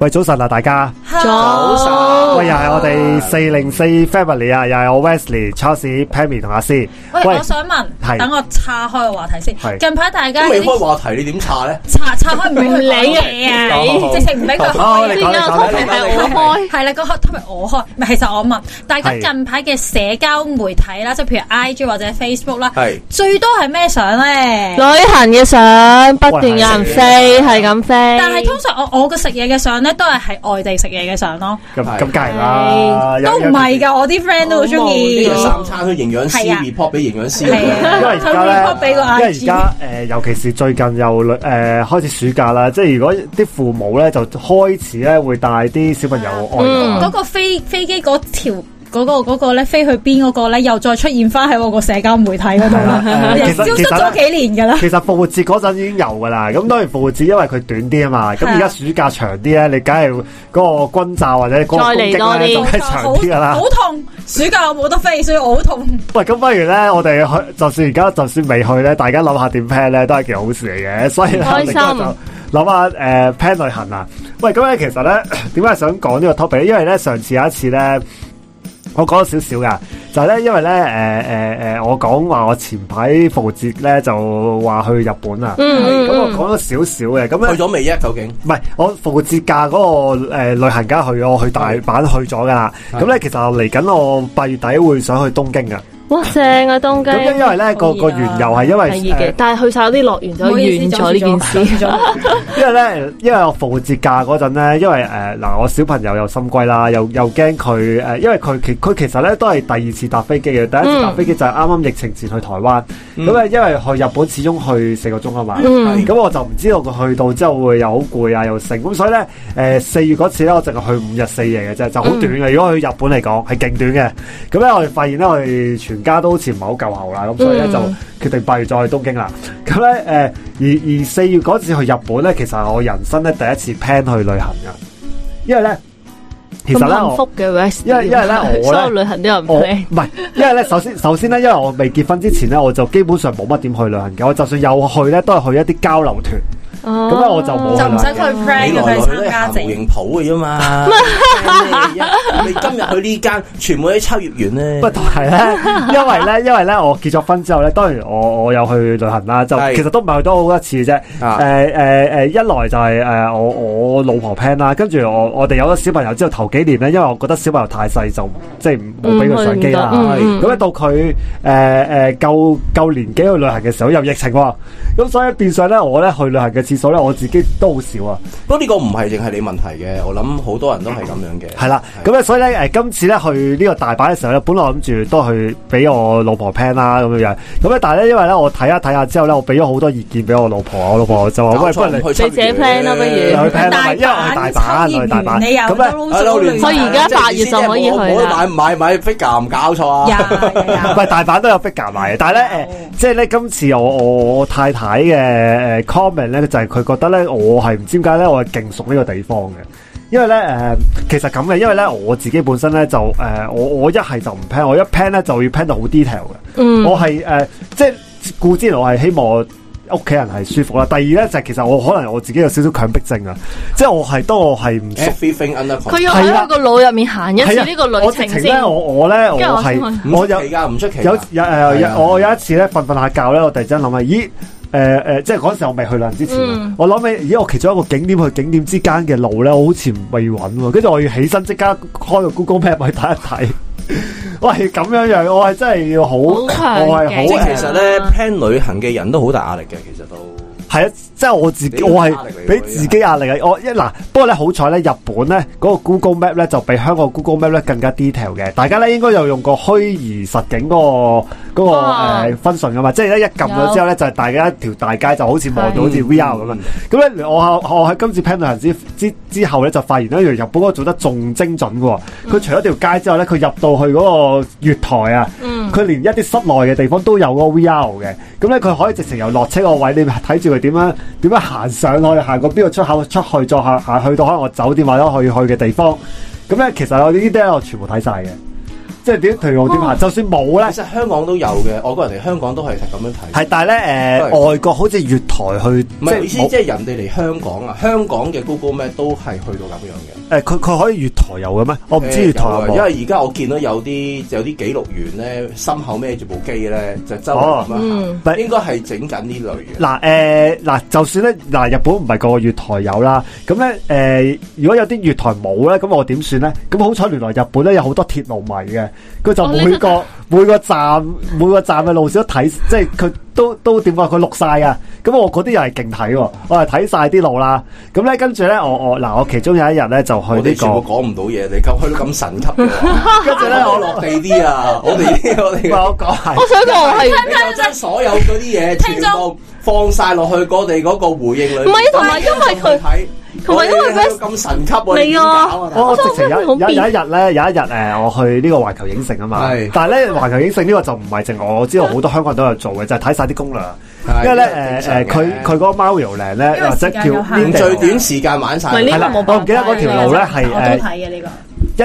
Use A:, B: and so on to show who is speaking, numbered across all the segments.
A: 喂，早晨啊，大家，
B: 早晨
A: 喂，又系我哋四零四 family 啊，又系我 Wesley、Charles、Pammy 同阿詩。
B: 喂，我想問，
A: 係
B: 等我岔開個話題
A: 係
B: 先。近排大家
C: 都未開
B: 啲
C: 話題，你點查咧？
B: 岔岔開唔
D: 唔
B: 理
D: 理你啊！
C: 好好好
B: 直情唔俾佢
A: 哦好你
B: 開。
A: 講你講
D: 係
A: 你
D: 咪
A: 講
D: 我開？
B: 係啦，個開 topic 我開，唔係其實我問大家
A: 係
B: 近排嘅社交媒體啦，即係譬如 I G 或者 Facebook 啦，
C: 係
B: 最多係咩相咧？
D: 旅行嘅相不斷有人飛，係咁飛。
B: 但係通常我我嘅食嘢嘅相咧，都係喺外地食嘢嘅相咯，
A: 咁咁
C: 係
A: 梗係啦，有
B: 都唔係，㗎，我啲 friend 都好中意
D: 好
C: 呢個
D: 無聊。
C: 三餐都營養師
B: 係啊
C: report 俾營養師，
B: 係啊
A: 有因為而家
B: 佢 report 俾
A: 咧，
B: 個
A: 因
B: IG
A: 為而家誒，尤其是最近又誒、呃、開始暑假啦，即係如果啲父母咧就開始咧會帶啲小朋
B: 嗯
A: 友外遊
B: 嗰
A: 啊，
B: 個飛飛機嗰條嗰個嗰個咧飛去邊嗰個咧，又再出現翻喺我個社交媒體嗰度啦，
A: 係啦
B: 消
A: 其實
B: 失咗幾年噶啦。
A: 其實復活節嗰陣已經有㗎啦，咁當然復活節因為佢短啲啊嘛，咁
B: 係啊
A: 而家暑假長啲咧，你梗係嗰個軍炸或者嗰個攻
D: 再嚟
A: 擊
D: 多
A: 咧
D: 啲
A: 就梗係長啲㗎啦
B: 好。痛！暑假我冇得飛，所以我好痛。
A: 喂，咁不如咧，我哋去，就算而家就算未去咧，大家諗下點 plan 咧，都係件好事嚟嘅。所以咧，我
D: 嗯開
A: 哋今
D: 心
A: 日就諗下誒、呃 plan 旅行啊。喂，咁咧其實咧，點解想講呢個 topic？呢因為咧上次有一次咧，我講咗少少噶，就係咧因為咧誒誒誒，我講話我前排復活節咧就話去日本啊，咁、
D: 嗯嗯
A: 我
D: 嗯
A: 講咗少少嘅，咁咧
C: 去咗未啊？究竟
A: 唔係，我復活節假嗰、個、呃、旅行家去，我去大阪去咗噶啦。咁咧其實嚟緊我八月底會想去東京噶。
D: 哇正啊東
A: 咁
D: 京，
A: 因為咧個個原由係因為
D: 係啊熱嘅，但係去晒啲樂園就
B: 唔好
D: 完
B: 意思
D: 咗呢件
B: 阻
D: 事。
B: 住咗
A: 誒因為咧，因為我復活節假嗰陣咧，因為誒嗱、我小朋友有心歸啦，又又驚佢誒，因為佢其佢其實咧都係第二次搭飛機嘅，第一
D: 嗯
A: 次搭飛機就係啱啱疫情前去台灣，咁啊、因為去日本始終去四個鐘啊嘛，
D: 嗯
A: 咁、我就唔知道佢去到之後會又好攰啊又剩，咁所以咧誒四月嗰次咧我淨係去五日四夜嘅啫，就好短嘅。如果去日本嚟講係勁短嘅，咁咧我哋發現咧我哋全家都好似唔係好夠喉啦，咁所以咧
D: 嗯
A: 就。決定八月再去東京啦。咁咧誒，而而四月嗰次去日本咧，其實係我人生咧第一次 plan 去旅行噶，因為咧，其
D: 咁
A: 實咧
D: 幸
A: 我
D: 福嘅 West，
A: 因為因 為咧我咧
D: 所有旅行都有人
A: 我
D: plan，
A: 唔係，因為咧首先首先咧，因為我未結婚之前咧，我就基本上冇乜點去旅行嘅，我就算有去咧，都係去一啲交流團。
D: 咁
A: 咧我就冇
B: 就唔使佢 friend
C: 你
B: 嘅
C: 來
B: 佢
C: 來
B: 參
C: 去
B: 加
C: 行
B: 者
C: 模。型鋪嘅啫嘛。咩啊你今日去呢間，全部都喺秋葉原咧
A: 不。過同 埋咧，因為咧，因為咧，我結咗婚之後咧，當然我我有去旅行啦，就
C: 係
A: 其實都唔係去多好一次啫。誒
C: 啊
A: 誒誒，一來就係、誒、我我老婆 plan 啦，跟住我我哋有咗小朋友之後頭幾年咧，因為我覺得小朋友太細就即係冇俾佢上機啦。
D: 嗯去唔
A: 咁
D: 到
A: 咧到佢誒誒夠夠年紀去旅行嘅時候有疫情喎，咁所以變相咧我咧去旅行嘅次數咧我自己都好少啊。
C: 不過呢個唔係淨係你問題嘅，我諗好多人都係咁樣嘅。
A: 係啦，咁咧所以咧，誒今次咧去呢個大阪嘅時候咧，本來我諗住都去俾我老婆 plan 啦咁樣樣，咁咧但係咧因為咧我睇下睇下之後咧，我俾咗好多意見俾我老婆，我老婆就話喂，不如你
C: 你
D: 你自己 plan 啦不如
A: 去 plan 啦，
B: 大
A: 因為我去大
B: 阪
A: 阪，去大
B: 秋葉原你又
A: 阪，咁啊咧。
C: 係咯
B: 撈
C: 亂
B: 數
D: 所以 而家八月就可以去啦
C: 我我都買買買 figure 唔搞錯啊！
A: 唔係大阪都有逼夾埋嘅，但係
D: 哦
A: 咧誒，即係咧今次我我我太太嘅誒 comment 咧，就係佢覺得咧我係唔知點解咧，我係勁熟呢個地方嘅。因為咧誒、其實咁嘅，因為咧我自己本身咧就誒、我我一係就唔 plan，我一 plan 咧就要 plan 到好 detail 嘅。
D: 嗯
A: 我係誒、呃即係固之然我係希望我屋企人係舒服啦。第二咧就係、其實我可能我自己有少少強迫症啊，即係我係當我係唔舒
C: Everything under control。
D: 佢要
A: 係
D: 喺
A: 啦
D: 佢個腦入面行一次呢個旅
A: 我直
D: 程
A: 情
D: 先
A: 咧，。我我咧
D: 跟住
A: 我
D: 我先
A: 係
D: 去
A: 我有
C: 唔出。奇噶，唔出奇㗎。
A: 有有誒
C: 係啊
A: 有我有一次咧瞓瞓下覺咧，我突然之間諗起，咦誒誒，即係嗰陣時我未去旅行之前啊，
D: 嗯
A: 我諗起，咦我其中一個景點去景點之間嘅路咧，我好似未揾喎，跟住我要起身即刻開個 Google Map 去睇一睇。 我係咁樣樣，我係真係要好，我
D: 好強
A: 係
D: 勁
C: 即
A: 好
C: 係其實咧 plan 旅行嘅人都好大壓力嘅，其實都
A: 係啊，即係我自己，
C: 你
A: 我係
C: 壓力嚟㗎
A: 俾自己壓力啊！我一嗱，不過咧好彩咧，日本咧嗰、個 Google Map 咧就比香港 Google Map 咧更加 detail 嘅。大家咧應該有用過虛擬實景嗰、個嗰、個呃
D: 啊
A: 誒 function 噶嘛，即係咧一撳咗之後咧就係大家一條大街就好似望到好似
C: 係
A: VR 咁樣。啊咁咧我我喺今次 plan 旅行之之之後咧就發現咧，原來日本嗰個做得仲精準嘅喎。佢除咗條街之後咧，佢入到去嗰個月台啊。
D: 嗯
A: 佢連一啲室內嘅地方都有嗰個 VR 嘅，咁咧佢可以直情由落車個位，你睇住佢點樣點樣行上去，行過邊個出口出去，再行行去到可能我酒店或者去去嘅地方，咁咧其實我呢啲咧我全部睇晒嘅，即係點退路點行？就算冇咧，
C: 其實香港都有嘅，我個人嚟香港都係成咁樣睇。
A: 啊係但係咧誒，
C: 係
A: 外國好似月台去
C: 唔
A: 即
C: 係意思，
A: 係冇
C: 即係人哋嚟香港啊，香港嘅 Google Map 都係去到咁樣嘅。
A: 誒，佢佢可以月台有嘅咩？我唔知
C: 誒
A: 月台
C: 有啊
A: 有
C: 因
A: 冇。
C: 為而家我見到有啲有啲記錄員咧，心口孭住部機咧，就周圍咁樣
D: 嗯
A: 但
C: 行，應該係整緊呢類嘅。
A: 哦嗱誒嗱，就算咧嗱，日本唔係個個月台有啦，咁咧誒，如果有啲月台冇咧，咁我點算咧？咁好彩原來日本咧有好多鐵路迷嘅，佢就
B: 哦
A: 每個、每個站每個站嘅路線都睇，即係佢都都點講？佢錄晒啊！咁我嗰啲又係勁睇喎，我係睇晒啲路啦。咁咧跟住咧，我我嗱，我其中有一日咧就去
C: 我
A: 呢、
C: 哋全
A: 個
C: 部。講唔到嘢，你咁去到咁神級嘅 話，
A: 跟住咧
C: 我
A: 我
C: 落地啲啊！我哋我
A: 唔係
C: 哋
A: 我講係
D: 我想講係，
C: 你就將所有嗰啲嘢
B: 聽眾
C: 全部放晒落去我哋嗰個回應裏面。
D: 唔係同埋因為佢
C: 睇，
D: 同埋因為佢
C: 我哋去到咁神級，我哋點
D: 你
C: 搞
D: 啊
C: 啊？大
A: 我
C: 佬
A: 哦我直情有有
D: 真係好
A: 有
D: 變
A: 一日咧，有一日誒，我去呢個環球影城啊嘛
C: 係。
A: 但係咧，環球影城呢個就唔係淨我，我知道好多香港人都有做嘅，就係睇晒啲攻略。因為咧誒誒，佢佢嗰個 Mario Land
B: 因
A: 咧，
B: 為
A: 或者叫
B: 時間有限
A: 呢
C: 用
A: 地
C: 最短時間玩晒
D: 唔係呢
A: 啊
C: 佢。
A: 係啦
D: 呢個冇辦，法
A: 我唔記得嗰啊條路咧係
B: 我
A: 誒
B: 都睇啊嘅呢個，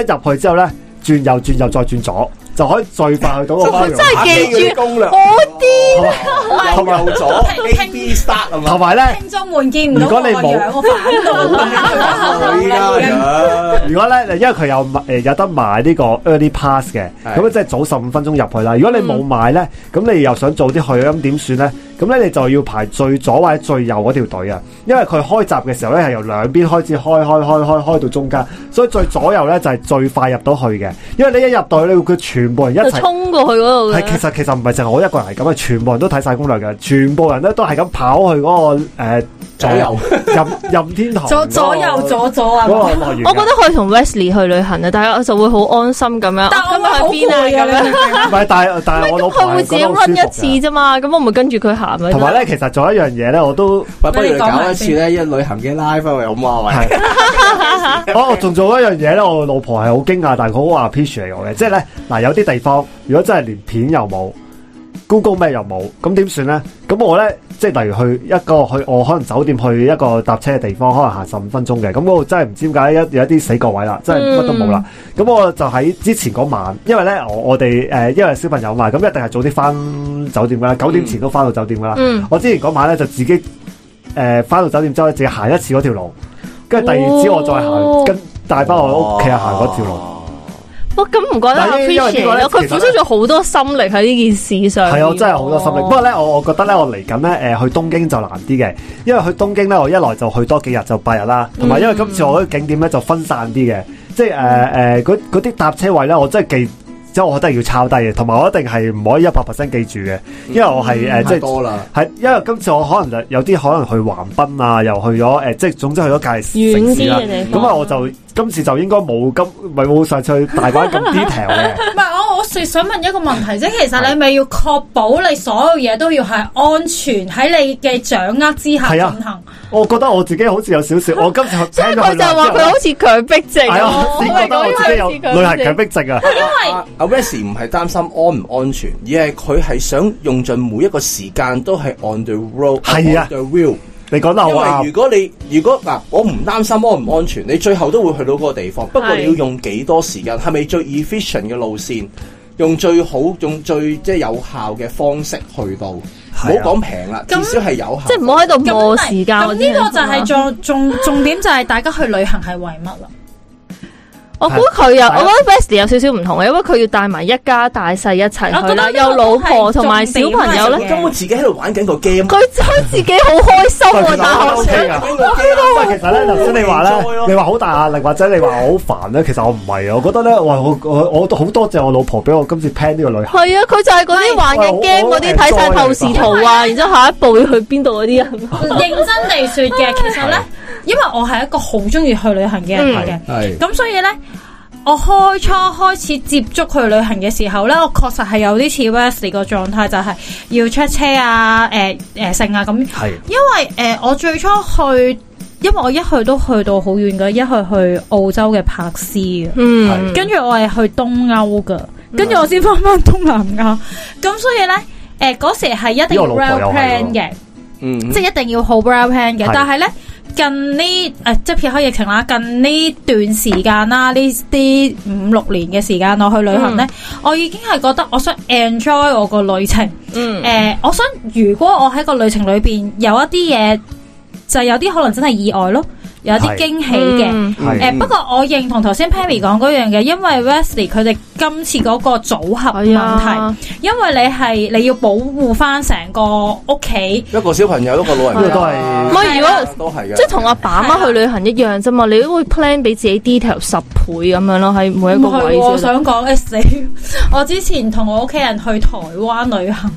A: 一入去之後咧，轉右轉右再轉左，就可以最快去 到個 Mario
D: 真
A: Land。
D: 係記住
C: 攻略，
D: 我
C: 又右左 A B start 啊嘛
A: 同。埋咧，
B: 聽眾們見唔到
A: 如果
B: 我個
A: 你冇哎
B: 樣，我反到
C: 佢
B: 啦
C: 啦，
B: 已經
C: 樣
A: 如果咧，因為佢有買誒有得買呢個 early pass 嘅，
C: 係
A: 咁即係早十五分鐘入去啦。如果你冇買咧，咁你又想早啲去，咁點算咧？咁咧你就要排最左或者最右嗰條隊啊，因為佢開閘嘅時候咧係由兩邊開始開開開開開到中間，所以最左右咧就係、最快入到去嘅。因為你一入隊咧，佢全部人
D: 啲
A: 一
D: 就
A: 齊。
D: 衝過去嗰度
A: 係，其
D: 嘅。
A: 實其實唔係淨係我一個人係咁啊，全部人都睇晒攻略嘅，全部人咧都係咁跑去嗰、個誒、呃
C: 左右
A: 任任天堂
B: 左
A: 嗰個
B: 左右左左啊
A: 哎嗰！個樂園嘅。
D: 我覺得可以同 Wesley 去旅行啊，但係我就會好安心咁樣。
B: 但
D: 我今
B: 我會好
D: 日去邊啊？
B: 攰啊
D: 咁 樣。
A: 唔係，但係但係我老婆
D: 佢會自己 run 一次啫嘛，咁我咪跟住佢行咪得。
A: 同埋咧，其實仲有一樣嘢咧，我都
C: 喂，不如你搞一次咧，一旅行嘅 live 啊喂，好唔好啊？
A: 係。我我哦仲做一樣嘢咧，我老婆係好驚訝，但係佢好 appreciate 我嘅，即係咧嗱，有啲地方如果真係連片又冇，Google 咩又冇，咁點算咧？咁我咧即係例如去一個去我可能酒店去一個搭車嘅地方，可能行十五分鐘嘅，咁我真係唔知點解一有一啲死角位啦，真係乜都冇啦。咁、我就喺之前嗰晚，因為咧我我哋誒、呃因為小朋友嘛，咁一定係早啲翻酒店噶啦，九點前都翻到酒店噶啦。
D: 嗯
A: 我之前嗰晚咧就自己誒呃翻、到酒店之後咧，自己行一次嗰條路，跟住第二朝我再行，
D: 哦
A: 跟帶翻我屋企行嗰條路。
C: 路。
D: 哇，咁唔怪得
A: 但係因為呢個
D: appreciate
A: 咧
D: 咯，佢
A: 其實
D: 付
A: 咧
D: 出咗好多心力喺呢件事上。
A: 係啊，我真係好多心力。不過咧，我我覺得咧，我嚟緊咧，誒去東京就難啲嘅，因為去東京咧，我一來就去多幾日就八日啦，同埋因為今次我嗰啲景點咧就分散啲嘅，即係誒誒嗰嗰啲搭車位咧，我真係記，即係我真係要抄低嘅，同埋我一定係唔可以一百 percent 記住嘅，因為我係誒、即
C: 太
A: 係。
C: 多啦，
A: 係，因為今次我可能就有啲可能去橫濱啊，又去咗誒、即係總之去咗界城
D: 遠
A: 市
D: 啲
A: 啦
D: 嘅。地
A: 咁
D: 方。
A: 啊，我就今次就應該冇今，咪冇上次去大阪咁 detail 嘅。
B: 唔係我我是想問一個問題啫，其實你咪要確保你所有嘢都要係安全喺你嘅掌握之下
A: 係啊
B: 進行。
A: 我覺得我自己好似有少少，我今 次聽
D: 所
A: 咗
D: 以
A: 佢
D: 佢就話佢好似強迫症
A: 係啊，
D: 啊，
A: 我先覺得我自己有旅行強迫症啊。
B: 因為
C: 阿阿 Wes 唔係擔心安唔安全，而係佢係想用盡每一個時間都係 on the road，
A: 係啊哦
C: on the wheel。
A: 你講得好
C: 因為如
A: 啱，
C: 果你如果嗱，我唔擔心安唔安全，你最後都會去到嗰個地方。不過
D: 係
C: 你要用幾多時間，係咪最 efficient 嘅路線，用最好、用最即係有效嘅方式去到，唔好
A: 係啊
C: 講平啦，至
B: 咁
C: 少係有效。
D: 即係唔好喺度磨
B: 咁
D: 時間。啊
B: 咁呢個就
A: 啊
B: 係重重重點，就係大家去旅行係為乜啦？
D: 我估佢啊，
A: 係
D: 我
A: 啊
D: 覺得 Wesley 有少少唔同嘅，因為佢要帶埋一家大細一齊
B: 我
D: 去
B: 覺啊得
D: 啦，
B: 呢個
D: 有老婆同埋小朋友
B: 係重
D: 咧，
B: 點啊
C: 根本自己喺度玩緊個 game。
D: 佢真係自己好開心
A: 喂其實
D: 喎，
A: 我都 OK 㗎。
D: 大學生。
C: 我
A: 喂，其實咧，頭先你話
C: 好 enjoy
A: 咧
C: 咯，
A: 你話好大壓力，或者你話我好煩咧，其實我唔係啊。我覺得咧，喂，我我我都好多謝我老婆俾我今次 plan 呢個旅行。
D: 係啊，佢就係嗰啲玩緊
A: 喂
D: game
A: 我
D: 嗰啲睇晒透視圖啊，然之後下一步要去邊度嗰啲啊人。
B: 認真地說嘅，其實咧，因為我係一個好中意去旅行嘅人嚟嘅。
C: 係
B: 咁所以呢，我開初開始接觸去旅行嘅時候呢，我確實係有啲似 Wesley 個狀態，就係要 check 車啊、誒誒剩啊咁。
A: 係
B: 因為誒、呃我最初去，因為我一去都去到好遠嘅，一去去澳洲嘅珀斯嘅，
D: 嗯，
B: 跟住我係去東歐嘅，
A: 嗯
B: 跟住我先翻翻東南亞。咁所以呢，呃誒、嗰時係一
A: 呢
B: 定
A: 個
B: 要
A: 老婆
B: well
A: 又係
B: plan
A: 喎
B: 嘅。
C: 嗯
B: 即係一定要好 well plan 嘅
A: 係。
B: 但係咧，近呢誒、即係撇開疫情啦，近呢段時間啦，呢啲五六年嘅時間我去旅行咧，
A: 嗯
B: 我已經係覺得我想 enjoy 我個旅程。誒、
D: 嗯，
B: 呃我想如果我喺個旅程裏邊有一啲嘢，就有啲可能真係意外咯，有一
A: 係
B: 啲驚喜嘅。
D: 嗯
A: 係
B: 誒、不過我認同頭先 Pammy 講嗰樣嘅，因為 Wesley 佢哋今次嗰個組合問題，
D: 係啊，
B: 因為你係你要保護翻成個屋企，
C: 一個小朋友，一個老
A: 呢
C: 人
A: 個
C: 家，
A: 都係
D: 唔係如果
C: 都係嘅，
D: 即係同阿爸媽去旅行一樣啫嘛，你都會 plan 俾自己 detail 十倍咁樣咯，喺每一
B: 唔
D: 個
B: 係
D: 位
B: 喎我
D: 置度。
B: 想講誒死！ 我之前同我屋企人去台灣旅行，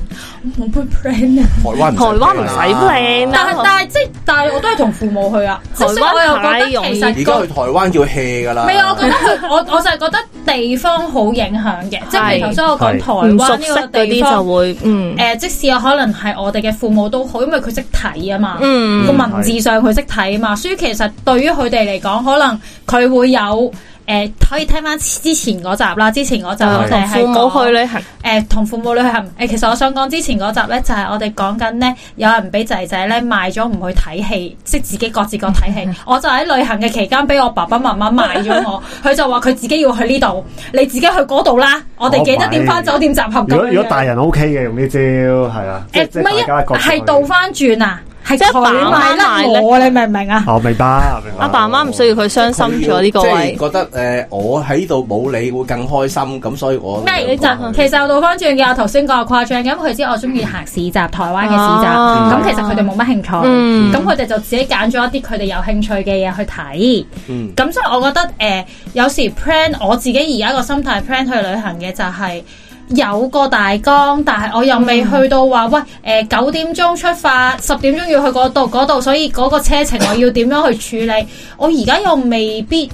B: 冇乜 plan 啊，
C: 台灣
D: 台灣唔使 plan 啊
B: 但係
D: 啦，
B: 但係即係但係我都係同父母去啊，即係
D: 台灣
B: 所以我又覺得
D: 太
B: 其
C: 而
B: 實個
C: 家去台灣叫 hea 㗎啦。
B: 未啊，我覺得佢我 我就係覺得地方好影響嘅，即係譬如頭先我講
A: 係
B: 台
D: 唔
B: 灣
D: 熟悉
B: 呢
D: 嗰
B: 個地
D: 啲就
B: 方。
D: 會嗯
B: 誒、即使有可能係我哋嘅父母都好，因為佢識睇啊嘛，個、
D: 嗯
B: 文字上佢識睇啊嘛，所以其實對於佢哋嚟講，可能佢會有誒、可以聽翻之前嗰集啦，之前嗰集我哋
D: 就同
B: 嗯係
D: 父母
B: 講
D: 去旅行，
B: 誒呃同父母旅行誒，其實我想講之前嗰集咧，就係、我哋講緊咧，有人俾仔仔咧賣咗唔去睇戲，即係自己各自各睇
A: 嗯
B: 戲。我就喺旅行嘅期間俾我爸爸媽媽賣咗 我，佢就話佢自己要去呢度，你自己去嗰度啦。我哋幾多點翻酒店集哦合咁
A: 如果
B: 樣
A: 如果大人 O K 嘅用呢招係啊，即係
B: 誒
A: 即
B: 唔係
A: 係大家各
B: 一
A: 自去
B: 係倒翻轉啊，係
D: 即係
B: 佢買
D: 爸
B: 得
D: 媽
B: 我，你明唔明啊？
A: 哦，明白，明白
D: 阿爸媽唔需要佢傷心咗呢個
C: 即係
D: 位。
C: 覺得誒、呃我喺度冇你會更開心，咁所以我
B: 咩？你就
C: 我
B: 其實我倒翻轉嘅，我頭先講個誇張，咁佢知我中意行市集，台灣嘅市集，
D: 啊
B: 咁其實佢哋冇乜興趣，
D: 嗯
B: 咁佢哋就自己揀咗一啲佢哋有興趣嘅嘢去睇。
C: 嗯
B: 咁所以我覺得誒、呃有時 plan 我自己而家個心態 plan 去旅行嘅就係、有個大綱，但係我又未去到話喂誒呃九、點鐘出發，十點鐘要去嗰度嗰度，所以嗰個車程我要點樣去處理？我而家又未必誒、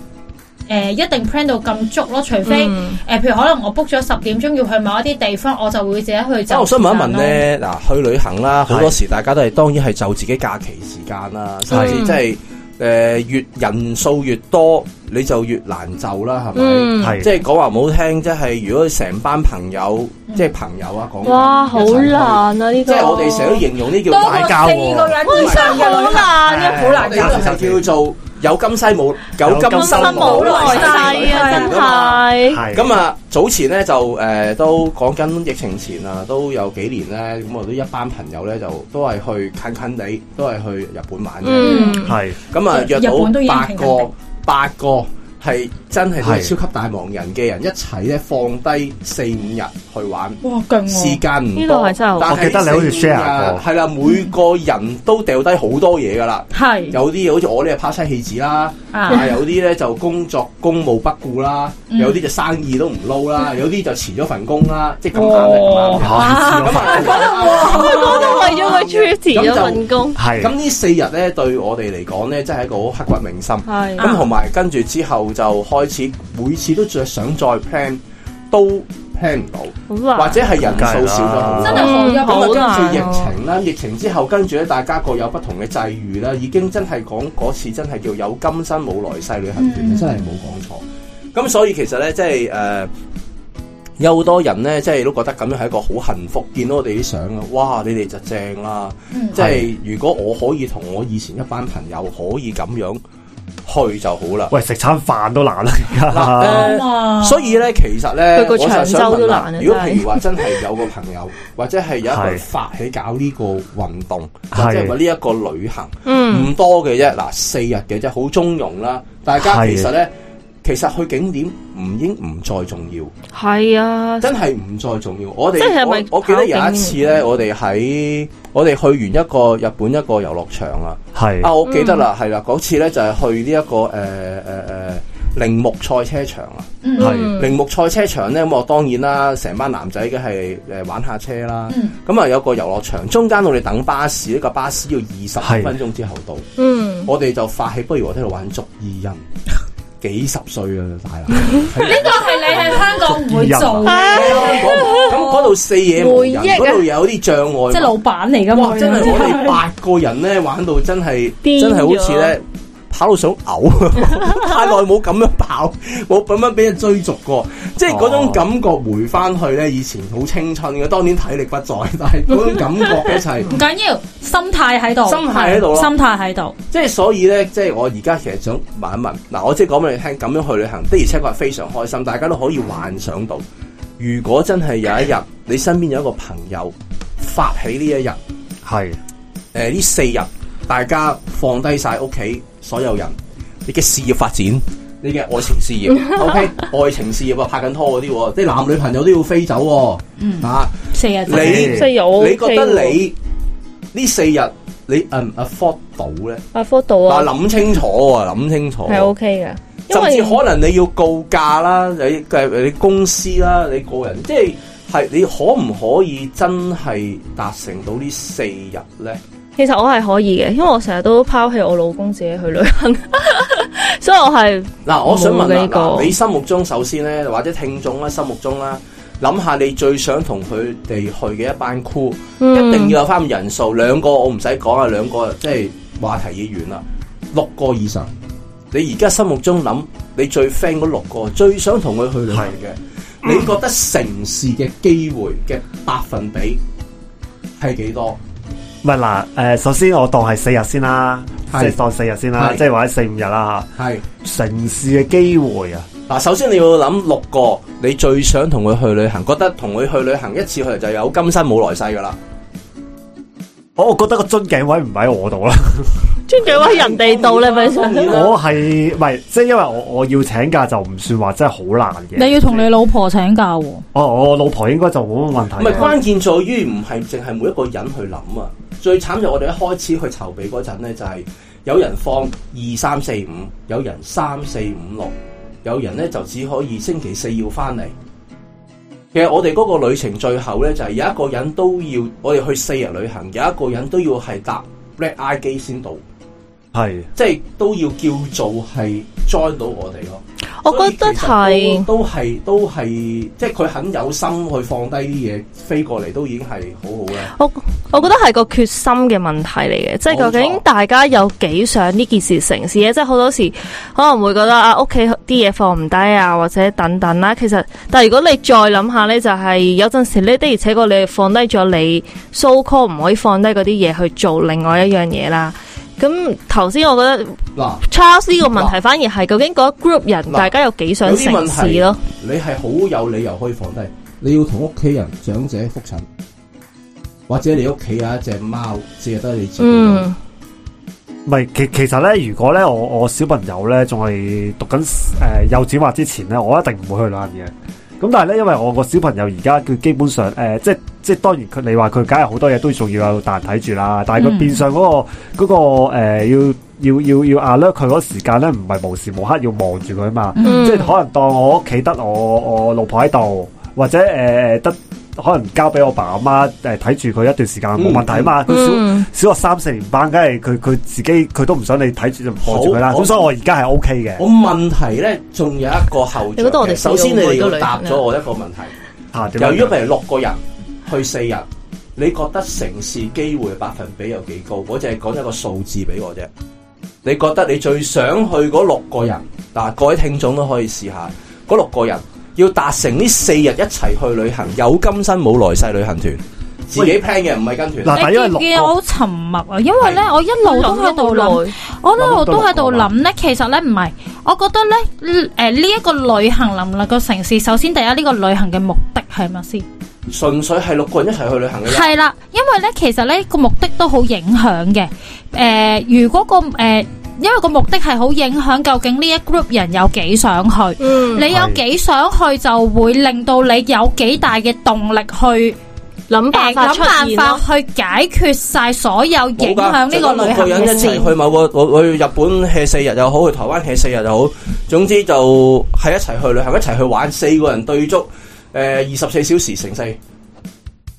B: 呃一定 plan 到咁足咯，除非誒、
D: 嗯
B: 呃譬如可能我 book 咗十點鐘要去某一啲地方，我就會自己去
C: 即係
B: 就。
C: 啊我想問一問，咧，嗱去旅行啦，好多時大家都係當然係就自己假期時間啦，甚至即係誒越人數越多，你就越難就啦，係咪？
D: 嗯，
A: 係
C: 即係講話唔好聽，即係如果成班朋友，即係朋友啊，講緊
D: 哇，
B: 哦
D: 好
C: 一齊去
D: 難啊呢
C: 即
D: 個。
C: 係我哋成日都形容呢叫
B: 多
C: 大
B: 過
A: 交
B: 四
A: 喎
B: 個人以上嘅旅
D: 好
B: 行
D: 難啊嘅，
B: 好難
C: 我哋都係叫做有今西冇有今
A: 有今
C: 生
A: 生
D: 冇
C: 冇
D: 來世啊，真係。
A: 係
C: 咁啊，早前咧就誒、呃都講緊疫情前啊，都有幾年咧，咁我都一班朋友咧就都係去近近地，都係去日本玩嘅。
D: 嗯，
A: 係
C: 咁啊、
B: 日
C: 約
B: 日本都已
C: 到
B: 經
C: 八
B: 近近
C: 個
B: 地
C: 八個係真係都係
A: 係
C: 超級大忙人嘅人一齊咧放低四五日去玩。
B: 哇勁
C: 時
B: 喎！
C: 間唔
D: 呢個
C: 多
D: 係真係好
C: 但係
A: 我記得你好似
C: 四五日
A: share 過
C: 係啦，每個人都掉低好多嘢㗎啦，
B: 係
C: 有啲嘢好似我呢係拋妻棄子啦，
D: à.
B: 啊
C: 啊有啲咧就工作公務不顧啦，
B: 嗯
C: 有啲就生意都唔撈啦，有啲就辭咗份工啦，即係咁啱嘅咁啱嘅。
B: 哇
A: 哇
C: 咁
D: 我
C: 啊，
D: 嗰度為咗個 trip 辭咗份工，
A: 係
C: 咁呢四日咧對我哋嚟講咧，真係一個好刻骨銘心。
D: 係
C: 咁同埋跟住之後就開始每次都再想再 plan，都 plan 唔到，
D: 好
C: 或
D: 難。
C: 者係人數少咗好多。
B: 真係好
D: 嗯
C: 咁
D: 好
C: 啊，跟住疫
D: 難啊。
C: 情啦，疫情之後跟住咧，大家各有不同嘅際遇啦，已經真係講嗰次真係叫有今生冇來世旅行團，
B: 嗯
C: 真係冇講錯。咁所以其實咧，即係誒、呃有好多人咧，即係都覺得咁樣係一個好幸福。見到我哋啲相啊，哇！你哋就正啦。
B: 嗯
C: 即係如果我可以同我以前一班朋友可以咁樣去就好啦。
A: 喂食餐飯都難啦
C: 嗱
A: 而
C: 呃
B: 啱啊
C: 所以咧，其實咧，
D: 佢個
C: 我就
D: 長
C: 想
D: 洲都
C: 問啦
D: 難啊
C: 如果
D: 真係
C: 譬如話真係有個朋友，或者係有一個
A: 係
C: 發起搞呢個運 動，
A: 係
C: 或者係話呢一個旅行，
D: 嗯，
C: 唔多嘅啫。嗱，四日嘅啫，好中庸啦。大家
A: 係
C: 其實咧，其實去景點唔應唔再重要，
D: 係啊，
C: 真係唔再重要。我哋
D: 即係咪
C: 我我記
D: 跑
C: 得有一
D: 景啊
C: 次咧，我哋喺我哋去完一個日本一個遊樂場啊。
D: 嗯
A: 家
C: 啊，
A: 係
C: 我記得啦，係啦，嗰次咧就係去呢、一個呃誒誒誒鈴木賽車場啊。
B: 嗯
A: 係
C: 鈴木賽車場咧，咁我當然啦，成班男仔梗係誒玩下車啦。
B: 嗯
C: 咁啊、有個遊樂場，中間我哋等巴士，呢個巴士要二十
A: 係
C: 分鐘之後到，
D: 嗯，
C: 我哋就發起，不如我哋喺度玩捉伊人，幾十歲啊大佬！
B: 呢個係你喺香港唔會做
C: 啊
B: 嘅，
C: 咁嗰度四野無
D: 回
C: 人，
D: 憶啊
C: 嗰度有啲障礙
B: 即係老闆嚟噶嘛
C: 哇！
B: 佢。
C: 真係我哋八個人咧玩到真係
D: 癲咗
C: 真係好似咧跑到想嘔， 太耐冇咁樣跑，冇咁樣俾人追逐過，即係嗰種感覺回翻去咧，以前好青春嘅，當然體力不在，但係嗰種感覺咧就係、
B: 唔緊要，心態喺度，
C: 心態喺度咯
B: 心態喺度，
C: 即係所以咧，即係我而家其實想問一問，嗱，我即係講俾你聽，咁樣去旅行的而且確係非常開心，大家都可以幻想到，如果真係有一日你身邊有一個朋友發起呢一日，誒、
A: 係
C: 呢四日大家放低晒屋企所有人，你嘅事業發展，你嘅愛情事業 ，OK，愛情事業啊，拍緊拖嗰啲喎，即係男女朋友都要飛走喎，
B: 嗯
C: 啊。
B: 四日
C: 你
B: 仔
D: 即係有
C: 你覺得你呢四日你 afford 唔 afford 到咧？
D: 阿科度
C: 嗱，
D: 啊，
C: 諗清楚喎，諗清楚。
D: 係 à, OK 嘅，因
C: 甚
D: 為
C: 至可能你要告假啦，你嘅你公司啦，你個人，即係係你可唔可以真係達成到呢四日咧？
D: 其實我係可以嘅，因為我成日都拋棄我老公自己去旅 行，所以我係
C: 嗱，我想問
D: 冇
C: 啦
D: 呢個
C: 嗱你心目中首先咧，或者聽眾啦，心目中啦，諗下你最想同佢哋去嘅一班 crew，一
D: ừ.
C: 定要有翻人數，兩個我唔使講啊，兩個即係話題已完啦，六個以上。你而家心目中諗你最 friend 嗰六個，最想同佢去旅行嘅，你覺得成事嘅機會嘅百分比係幾多？
A: 唔係嗱？誒，首先我當係四日先啦，即
C: 係
A: 係當四日先啦，
C: 係
A: 即係或者四五日啦
C: 係
A: 吓。城市嘅機會啊，
C: 嗱，首先你要諗六個你最想同佢去旅行，覺得同佢去旅行一次去就有今生冇來世噶啦。
A: 我我覺得個樽頸位唔喺我度啦，
D: 尊敬喺人哋度，你咪想
C: 當然啦
A: 我係唔係即係因為我我要請假就唔算話真係好難嘅。
B: 你要同你老婆請假喎，
A: 我我老婆應該就冇乜問題
C: 唔
A: 嘅。
C: 係關鍵在於唔係淨係每一個人去諗啊，最慘就我哋一開始去籌備嗰陣咧，就係、有人放二三四五，有人三四五六，有人咧就只可以星期四要翻嚟。其實我哋嗰個旅程最後咧，就係、有一個人都要，我哋去四日旅行，有一個人都要係搭 Red Eye 機先到，
A: 係
C: 即係都要叫做係 join 到我哋咯。
D: 我覺得係
C: 都係都係，即係佢肯有心去放低啲嘢飛過嚟，都已經係好好啦。
D: 我我覺得係個決心嘅問題嚟嘅，即係究
C: 冇
D: 竟
C: 錯
D: 大家有幾想呢件事成事咧？即係好多時可能會覺得啊，屋企啲嘢放唔低啊，或者等等啦。其實，但係如果你再諗下呢，就係、有陣時呢的而且確你係放低咗你 so call 唔可以放低嗰啲嘢去做另外一樣嘢啦。咁頭先我覺得
C: 嗱，
D: Charles 呢個問題反而係究竟嗰一 group 人
C: 嗱
D: 大家有幾想
C: 有啲
D: 成
C: 問
D: 事
C: 題
D: 咯？
C: 你係好有理由可以放低。你要同屋企人、長者復診，或者你屋企有一隻貓，只係得你自己。
D: 嗯，
A: 唔係其其實咧，如果咧我我小朋友咧仲係讀緊誒、呃幼稚園或之前咧，我一定唔會去旅行嘅。咁但係咧，因為我個小朋友而家佢基本上誒、呃即係即係當然佢你話佢梗係好多嘢都仲要有大人睇住啦，但係佢
B: 嗯
A: 變相嗰、個嗰、個、呃、要要要要 alert 佢嗰時間咧，唔係無時無刻要望住佢啊嘛。
B: 嗯
A: 即係可能當我屋企得我我老婆喺度，或者誒、呃、得可能交俾我爸阿媽誒睇住佢一段時間冇問題啊嘛。佢小
D: 嗯
A: 小學三四年班，梗係佢佢自己佢都唔想你睇住就望住佢啦。
C: 好
A: 咁所以我而家係 O K 嘅
C: 我問題咧，仲有一個後
D: 你覺得
C: 著
D: 我哋
C: 嘅。首先，你
D: 四個會
C: 哋
D: 唔會
C: 要
D: 都
C: 答
D: 旅行
C: 咗
D: 啊
C: 我一個問題。
A: 嚇。點
C: 由
A: 樣
C: 於譬如六個人去四日，你覺得成事機會百分比有幾高？我淨係講一個數字俾我啫。你覺得你最想去嗰六個人，嗱，各位聽眾都可以試下，嗰六個人要達成呢四日一齊去旅行，有今生冇來世旅行團，自己 plan 嘅，唔係跟團。
A: 嗱，但
B: 你
A: 因為
B: 見唔見
A: 六
B: 我
A: 個
B: 好沉默啊？因為咧，我一路都喺度
D: 諗咗好
B: 諗
D: 耐。
B: 我一路都喺度諗咧，其實咧唔係，我覺得咧，誒呢一個旅行能唔能夠成事？首先第一，呢、個旅行嘅目的係乜先？
C: 純粹係六個人一齊去旅行嘅啫。
B: 係啦，因為咧其實咧個目的都好影響嘅。誒、呃如果個誒、因為個目的係好影響究竟呢一 group 人有幾想去，
D: 嗯，
B: 你有幾想去就會令到你有幾大嘅動力去
D: 諗辦
B: 誒
D: 法出
B: 諗
D: 現
B: 辦
D: 咯。
B: 法去解決晒所有影響呢個旅行
C: 人一
B: 嘅
C: 齊
B: 事。
C: 去某個我去日本 hea 四日又好，去台灣 hea 四日又好，總之就係一齊去旅行，一齊去玩，四個人對足誒二十四小時乘四，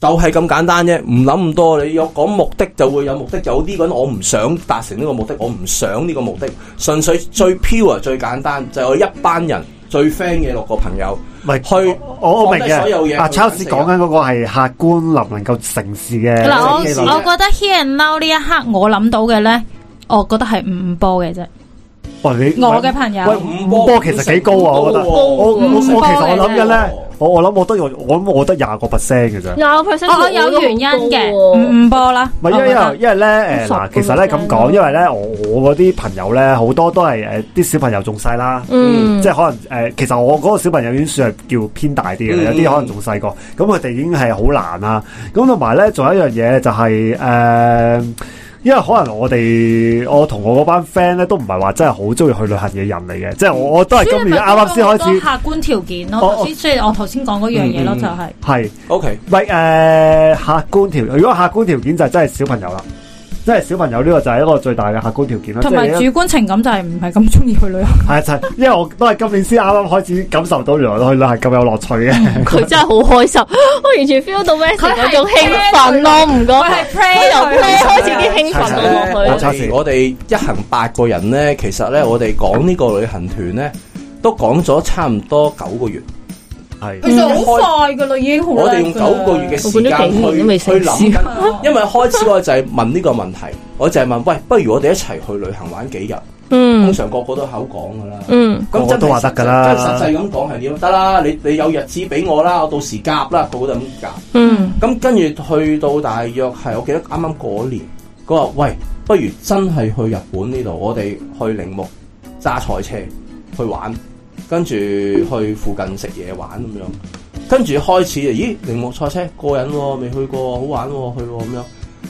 C: 就係、咁簡單啫，唔諗咁多。你有講目的就會有目的，有啲人我唔想達成呢個目的，我唔想呢個目的，純粹最 pure 最簡單就係我一班人最 friend 嘅六個朋友
A: 唔係
C: 去。
A: 我我明
C: 放低所有嘢
A: 嘅。阿啊
C: 去玩
A: Charles
C: 四日
A: 講緊嗰個係客觀能唔能夠成事嘅
B: 嗱，我
A: 機率
B: 我覺得 Here and Now 呢一刻我諗到嘅咧，我覺得係五五波嘅啫。
A: 哇！你
B: 我嘅朋友
A: 喂五波其實幾高啊，我覺得。
C: 高
A: 我我
C: 喎
A: 我我其實
B: 五波嚟
A: 我諗緊
C: 啫
A: 咧，我我諗我得我我諗我得廿個 percent 嘅啫。
D: 廿 percent，
B: 我我有原因嘅，五五波啦，
A: 唔係因為
B: 啊我
A: 因為
B: 覺得
A: 因為咧誒
D: 熟
A: 嗱，
D: 咁
A: 其實咧
D: 樣
A: 咁講，因為咧我我嗰啲朋友咧好多都係誒啲小朋友仲細啦，
D: 嗯，
A: 即係可能誒，其實我嗰個小朋友已經算係叫偏大啲嘅，
C: 嗯
A: 有啲可能仲細個，咁佢哋已經係好難啦。咁同埋咧，仲有一樣嘢就係誒。因為可能我哋我同我嗰班 friend 咧都唔係話真係好中意去旅行嘅人嚟嘅，即係我我都係今
B: 所以你咪
A: 年啱啱先
B: 講咗
A: 開始
B: 好多客觀條件
A: 我
B: 咯，頭先所以我頭先講嗰樣嘢咯，
C: 嗯嗯
B: 就係
A: 係。
C: OK，
A: 喂，誒、客觀條，如果客觀條件就真係小朋友啦，即係小朋友呢個就係一個最大嘅客觀條件啦。
B: 同埋
A: 即
B: 主
A: 係
B: 觀情感就係唔係咁中意去旅行。
A: 係就係因為我都係今年先啱啱開始感受到原來去旅行咁有樂趣嘅。
D: 佢真係好開心，我完全 feel 到咩
B: 佢係
D: 嗰種興奮咯，唔
B: 我
D: 該。
B: 係
D: 我
B: pray
D: 由 play
B: 佢
D: 開始啲興奮
C: 實
D: 到落
C: 咧，
D: 去
C: 我
A: 差事
C: 哋我哋一行八個人咧，其實
D: 嗯
C: 咧，我哋講呢個旅行團咧，都講咗差唔多九個月。
A: 係
B: 其實好快噶啦，已經好
C: 我哋用九個月嘅時間
D: 我管咗幾年都未
C: 去
D: 成
C: 去
D: 事
C: 諗緊，因為開始我就係問呢個問題，我就係問喂，不如我哋一齊去旅行玩幾日？通
D: 嗯
C: 常個個都口講噶啦。
D: 嗯，
A: 個個都話得㗎啦
C: 真係實際咁講係點得啦？你你有日子俾我啦，我到時夾啦，個個都咁夾。
D: 嗯，
C: 咁跟住去到大約係，我記得啱啱嗰年，佢話喂，不如真係去日本呢度，我哋去鈴木揸賽車去玩，跟住去附近食嘢玩咁樣。跟住開始，咦，鈴木賽車過癮喎、未去過，好玩喎、去喎、咁樣。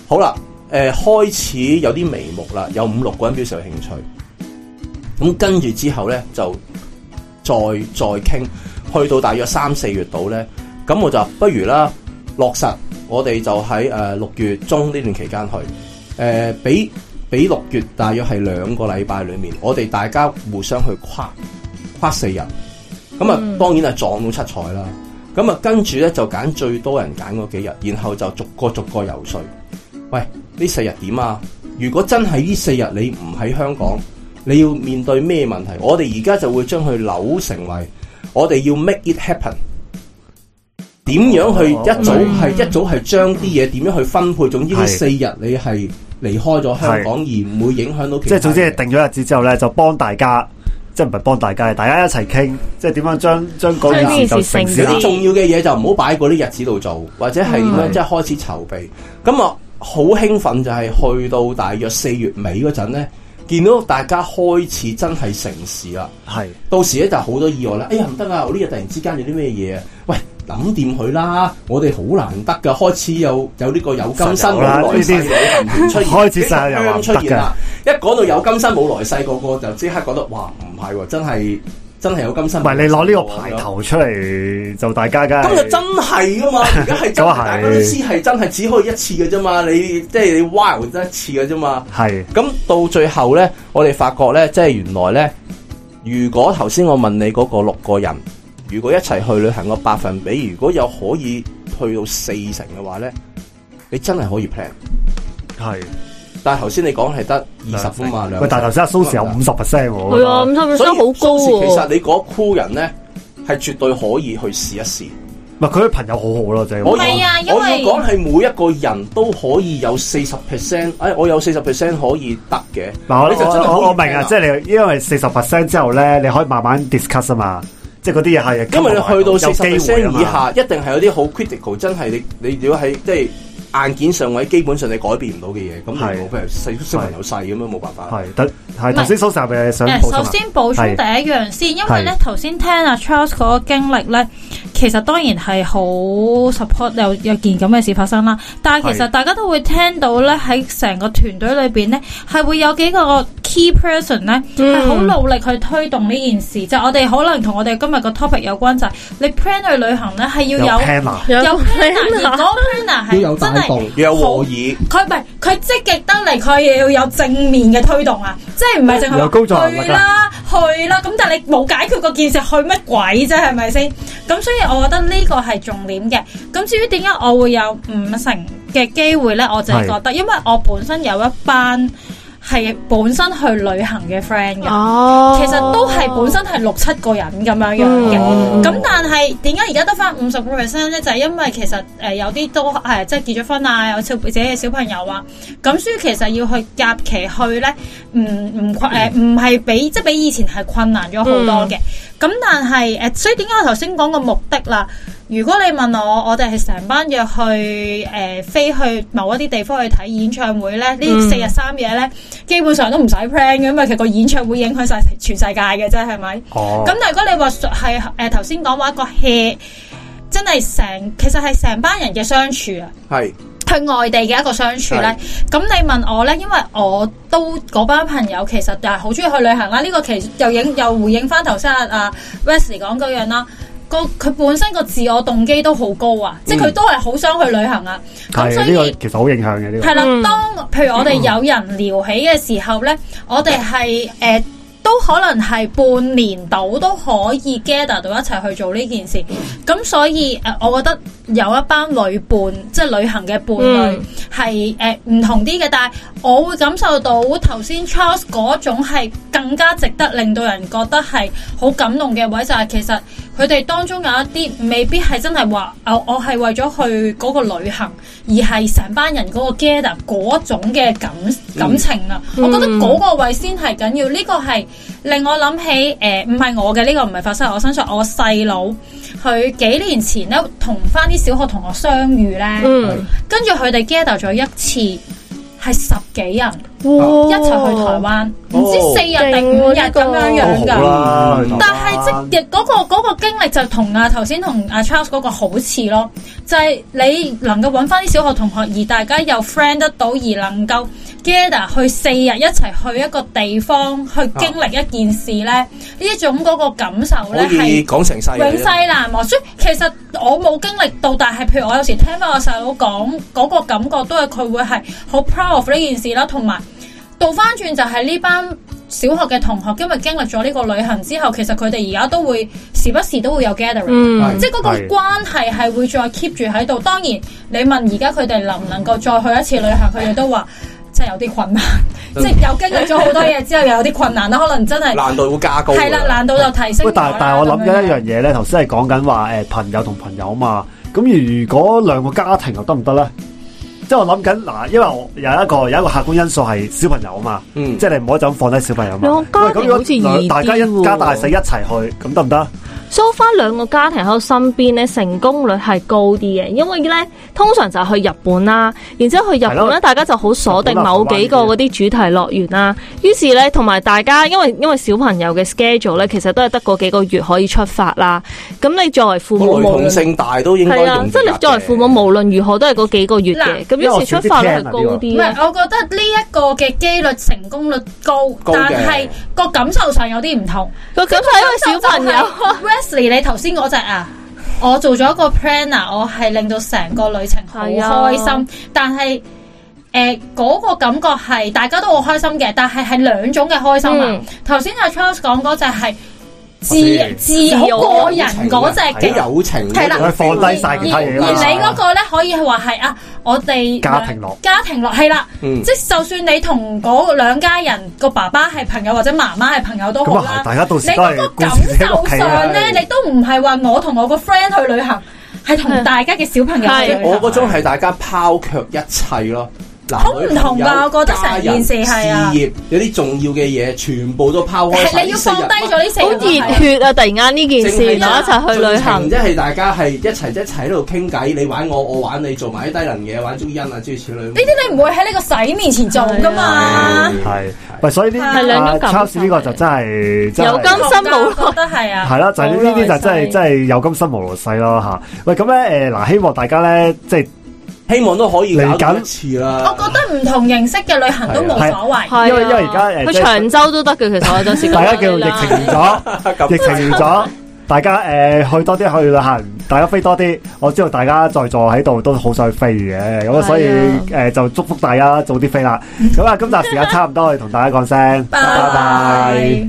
C: 好啦，誒、開始有啲眉目啦，有五六個人表示有興趣。咁跟住之後呢，就再再傾，去到大約三四月度呢，咁我就話不如啦，落實我哋就喺誒六月中呢段期間去，誒俾俾六月大約係兩個禮拜裏面，我哋大家互相去跨跨四日，咁啊
D: 嗯
C: 當然係撞到七彩啦。咁啊，跟住咧就揀最多人揀嗰幾日，然後就逐個逐個游說。喂，呢四日點啊？如果真係呢四日你唔喺香港，你要面對咩問題？我哋而家就會將佢扭成為，我哋要 make it happen。點樣去
A: 哦
C: 一早
D: 嗯
C: 係、一早係將啲嘢點樣去分配？總之呢
A: 係
C: 四日你係離開咗香港，而唔會影響到其
A: 即
C: 他
A: 係總之
C: 嘢
A: 係定咗日子之後咧，就幫大家，即係唔係幫大家，大家一齊傾，即係點樣將將嗰
D: 將呢
A: 件事
D: 件
A: 就
D: 事成
A: 成事
D: 事
A: 啦
C: 有。啲重要嘅嘢就唔好擺嗰啲日子度做，或者係點樣
A: 嗯
C: 即係開始籌備。咁啊，好興奮就係去到大約四月尾嗰陣呢，見到大家開始真係成事啦。
A: 係
C: 到時咧就好多意外啦！哎呀唔得啊！我呢日突然之間有啲咩嘢啊？喂，諗掂佢啦！我哋好難得噶，開始有有呢個有今生冇來世嘅人出現，
A: 開始晒又話唔得㗎
C: 出現啦！一講到有今生冇來世，個個就即刻覺得哇，唔係喎，真係真係有今生
A: 唔
C: 冇
A: 係
C: 來世
A: 你
C: 喎。
A: 攞呢個牌頭出嚟就大家梗
C: 咁就
A: 係
C: 真係啊噶嘛？而家 係真
A: 咁
C: 係，
A: 係
C: 大家都知係真係只可以一次嘅啫嘛！你即係你 wild 得一次嘅啫嘛！
A: 係
C: 咁到最後呢，我哋發覺呢，即係原來呢，如果頭先我問你嗰個六個人，如果一齊去旅行個百分比，如果有可以去到四成嘅話呢，你真係可以 plan。
A: 係。
C: 但係頭先你講係得二十啊嘛，兩
A: 喂，但係頭先阿蘇 Sir 有五十 percent
D: 係啊，五
A: 喎。
D: 十 p
C: 所以
D: e 好高
C: 當時其實
D: 喎。
C: 你嗰 crew 人呢，係絕對可以去試一試。
A: 唔係佢啲朋友好好咯，就係
C: 我
A: 話
C: 要
B: 唔係啊因為
C: 我要講係每一個人都可以有四十 percent，誒，我有四十 percent 可以得嘅。
A: 嗱，
C: 你就
A: 我
C: 真係可以
A: 我我明啊，
C: plan
A: 即係你因為四十 percent 之後咧，你可以慢慢 discuss 啊嘛，即係嗰啲嘢係
C: 因為你去到四十
A: 有機會啊
C: percent
A: 嘛
C: 以，下，一定係有啲好 critical，真係你你如果喺即係硬件上位，基本上你改變唔到嘅嘢，咁
A: 係
C: 你冇譬如細小朋友細咁樣冇辦法。
A: 係得係頭先蘇 Sir 係咪想
B: 誒，
A: 補充啊
B: 首先補充
A: 係
B: 第一樣先，因為咧
A: 係
B: 頭先聽阿 Charles 嗰個經歷咧，其實當然係好 support 有有件咁嘅事發生啦。但係其實
A: 係
B: 大家都會聽到咧，喺成個團隊裏邊咧，係會有幾個 key person 咧，
C: 嗯
B: 係好努力去推動呢件事。就我哋可能同我哋今日個 topic 有關，就係你 plan 去旅行咧，係
A: 有
B: 要有
A: plan 啊？
D: Dạ,
B: 有 planner，而嗰個 planner 係真係。
C: 要有和議，
B: 佢唔係佢積極得嚟，佢要有正面嘅推動啊！即係唔係淨係話
A: 有高作用力㗎啊
B: 去啦去啦，咁但係你冇解決個件事，去乜鬼啫？係咪先？咁所以我覺得呢個係重點嘅。咁至於點解我會有五成嘅機會呢？我就係覺得，因為我本身有一班。係本身去旅行嘅 friend 嘅。
D: 哦，
B: 其實都係
D: Ừ.
B: 本身係六七個人咁樣樣嘅，
D: 嗯
B: 咁、但係點解而家得翻五十個 percent 咧？就係、因為其實誒、呃有啲都誒、呃即係結咗婚啊，有小自己嘅小朋友啊，咁所以其實要去夾期去咧，唔唔困誒唔係比即係比以前係困難咗好多嘅。咁、但係誒、呃所以點解我頭先講個目的啦？如果你問我，我哋係成班約去誒、呃、飛去某一啲地方去睇演唱會咧，呢四日三夜咧，基本上都唔使 plan 嘅，因為其實個演唱會影響晒全世界嘅啫，係咪？
A: 哦，
B: 咁但係如果你話係誒頭先講話一個 hea，真係成其實係成班人嘅相處啊。
C: 係
B: 去外地嘅一個相處咧，咁你問我咧，因為我都嗰班朋友其實就係好中意去旅行啦。呢、個其實又影又回應翻頭先阿阿 Wesley 講嗰樣啦。個佢本身個自我動機都好高啊，即係佢都係好想去旅行啊。咁所
A: 嗯係
B: 以
A: 呢個其實好影響嘅呢
B: 係啦，
D: 嗯
B: 當譬如我哋有人聊起嘅時候咧，我哋係誒。呃都可能係半年到都可以 gather 到一齊去做呢件事，咁所以誒、呃我覺得有一班旅伴，即係旅行嘅伴侶
D: 嗯
B: 係誒唔同啲嘅，但係我會感受到頭先 Charles 嗰種係更加值得令到人覺得係好感動嘅位，就係、其實佢哋當中有一啲未必係真係話，我我係為咗去嗰個旅行。而係成班人嗰個 gather 嗰種嘅感感情啊，我覺得嗰個位先係緊要。呢、個係令我諗起誒，唔、係我嘅呢、個唔係發生喺我身上，我細佬佢幾年前咧同翻啲小學同學相遇咧，
D: 嗯，
B: 跟住佢哋 gather 咗一次。係十幾人
D: 哇
B: 一齊去台灣，唔、知四日定五日
D: 哦勁喎呢個
B: 咁樣
A: 個
B: 樣
A: 哦
B: 㗎。
A: 都好啦，
C: 嗯
A: 去台灣
B: 但係即係嗰、個嗰、個經歷就同啊頭先同啊 Charles 嗰個好似咯，就係、你能夠揾翻啲小學同學，而大家又 friend 得到，而能夠 gather 去四日一齊去一個地方去經歷一件事咧，呢一種嗰個感受咧
C: 可以
B: 係。
C: 講成世
B: 永世
C: 嘅，
B: 難忘，所以其實我冇經歷到，但係譬如我有時聽翻我細佬講嗰個感覺，都係佢會係好 proud of 呢件事啦，同埋倒翻轉就係呢班小學嘅同學，因為經歷咗呢個旅行之後，其實佢哋而家都會時不時都會有 gathering，、
D: 嗯，
B: 即係嗰個
A: 係
B: 關係係會再 keep 住喺度。當然，你問而家佢哋能唔能夠再去一次旅行，佢哋都話真係有啲困難，即係又經歷咗好多嘢之後，又有啲困難啦，可能真係
C: 難度會啊加高㗎。
B: 係啦，難度就提升
A: 喂，
B: 咗
A: 但
B: 啦。
A: 係但係我諗緊
B: 咁
A: 一
B: 樣
A: 樣嘢咧，頭先係講緊話誒朋友同朋友嘛，咁如果兩個家庭又得唔得咧？即係我諗緊嗱，因為我有一個有一個客觀因素係小朋友啊嘛，
C: 嗯
A: 即係你唔可以就咁放低小朋友嘛。
D: 兩個家
A: 喂
D: 庭
A: 咁如果
D: 好似易
A: 兩大家
D: 啲
A: 一
D: 喎
A: 家大細一齊去，咁得唔得？
D: So far 兩個家庭喺我身邊咧，成功率係高啲嘅，因為咧通常就係去日本啦，然之後去日本
A: 係咯
D: 咧，大家就好鎖定
A: 日本啊
D: 某幾個嗰啲主題樂園啦。於啊是咧，同埋大家因為因為小朋友嘅 schedule 咧，其實都係得嗰幾個月可以出發啦。咁你作為父母，
C: 個雷
D: 無
C: 同
D: 論
C: 性大都應該
D: 係啊
C: 用，
D: 即係你作為父母，無論如何都係嗰幾個月嘅。
B: 嗱
D: 咁於是出發率係高
B: 唔
D: 啲
B: 係
D: 嘅。，
B: 我覺得啊呢一個嘅機率成功率高，
C: 高嘅
B: 但係個感受上有啲唔同。
D: 咁係因為小朋友。
B: Wesley，你頭先嗰只啊，我做咗一個 planner，我係令到成個旅程好
D: 係啊
B: 開心，但係。誒嗰、個感覺係大家都好開心嘅，但係係兩種嘅開心啊
D: 嗯！
B: 頭先阿 Charles 講嗰只係
C: 我
B: 自
C: 知
B: 自好個人嗰只
C: 幾
B: 嘅，
C: 友情嘅，
B: 係啦
A: 佢放低晒其他嘢㗎嘛
B: 而你嗰個咧可以話係啊，我 哋
A: 家庭樂
B: 家庭樂係啦，
C: 嗯
B: 即係就算你同嗰兩家人個爸爸係朋友或者媽媽係朋友都
A: 咁
B: 好
A: 啊
B: 啦
A: 係，大家到
B: 你
A: 時都
B: 嗰
A: 係
B: 個
A: 顧
B: 感
A: 住自己屋
B: 受
A: 企啊
B: 上咧，
A: 啦。
B: 你都唔係話我同我個 friend 去旅行，係同大家嘅小朋友去旅
C: 我
B: 行。
C: 嗰種係大家拋卻一切咯。男
B: 好唔
C: 女朋友
B: 同㗎我覺得成件事
C: 家人
B: 係啊
C: 事業有啲重要嘅嘢，全部都拋開晒。
B: 係你要放低咗呢四
D: 好
B: 個字
D: 熱血啊！突然間呢件事，
C: 淨係
D: 然後一齊去旅行
C: 即。係大家係一齊一齊喺度傾偈，你玩我，我玩你，做埋啲低能嘢，玩中欣啊，諸如此類。
B: 呢啲你唔會喺呢個洗面前做噶嘛？
A: 係，啊喂，所以呢
B: 係
D: 兩種
A: 啊
D: 感受
A: Charles 呢個就真係真係
D: 有金
B: 我
D: 心冇
B: 啊覺得係啊，
A: 係啦，就係呢啲就真係真係有今生無來世咯吓。喂，咁咧誒嗱，希望大家咧即係
C: 希望都可以搞到
A: 嚟緊
C: 一次啦。
B: 我覺得唔同形式嘅旅行都冇所謂。
D: 係啊
A: 因為因為而家誒
D: 去
A: 即係
D: 長洲都得嘅，其實我有時覺得
A: 大家叫疫情完咗。 疫情完咗，大家誒、呃去多啲去旅行，大家飛多啲。我知道大家在座喺度都好想去飛嘅，咁
D: 係
A: 啊，
D: 啊
A: 所以誒、呃就祝福大家早啲飛啦。咁啊，今集時間差唔多，我哋同大家講聲，
B: 拜拜。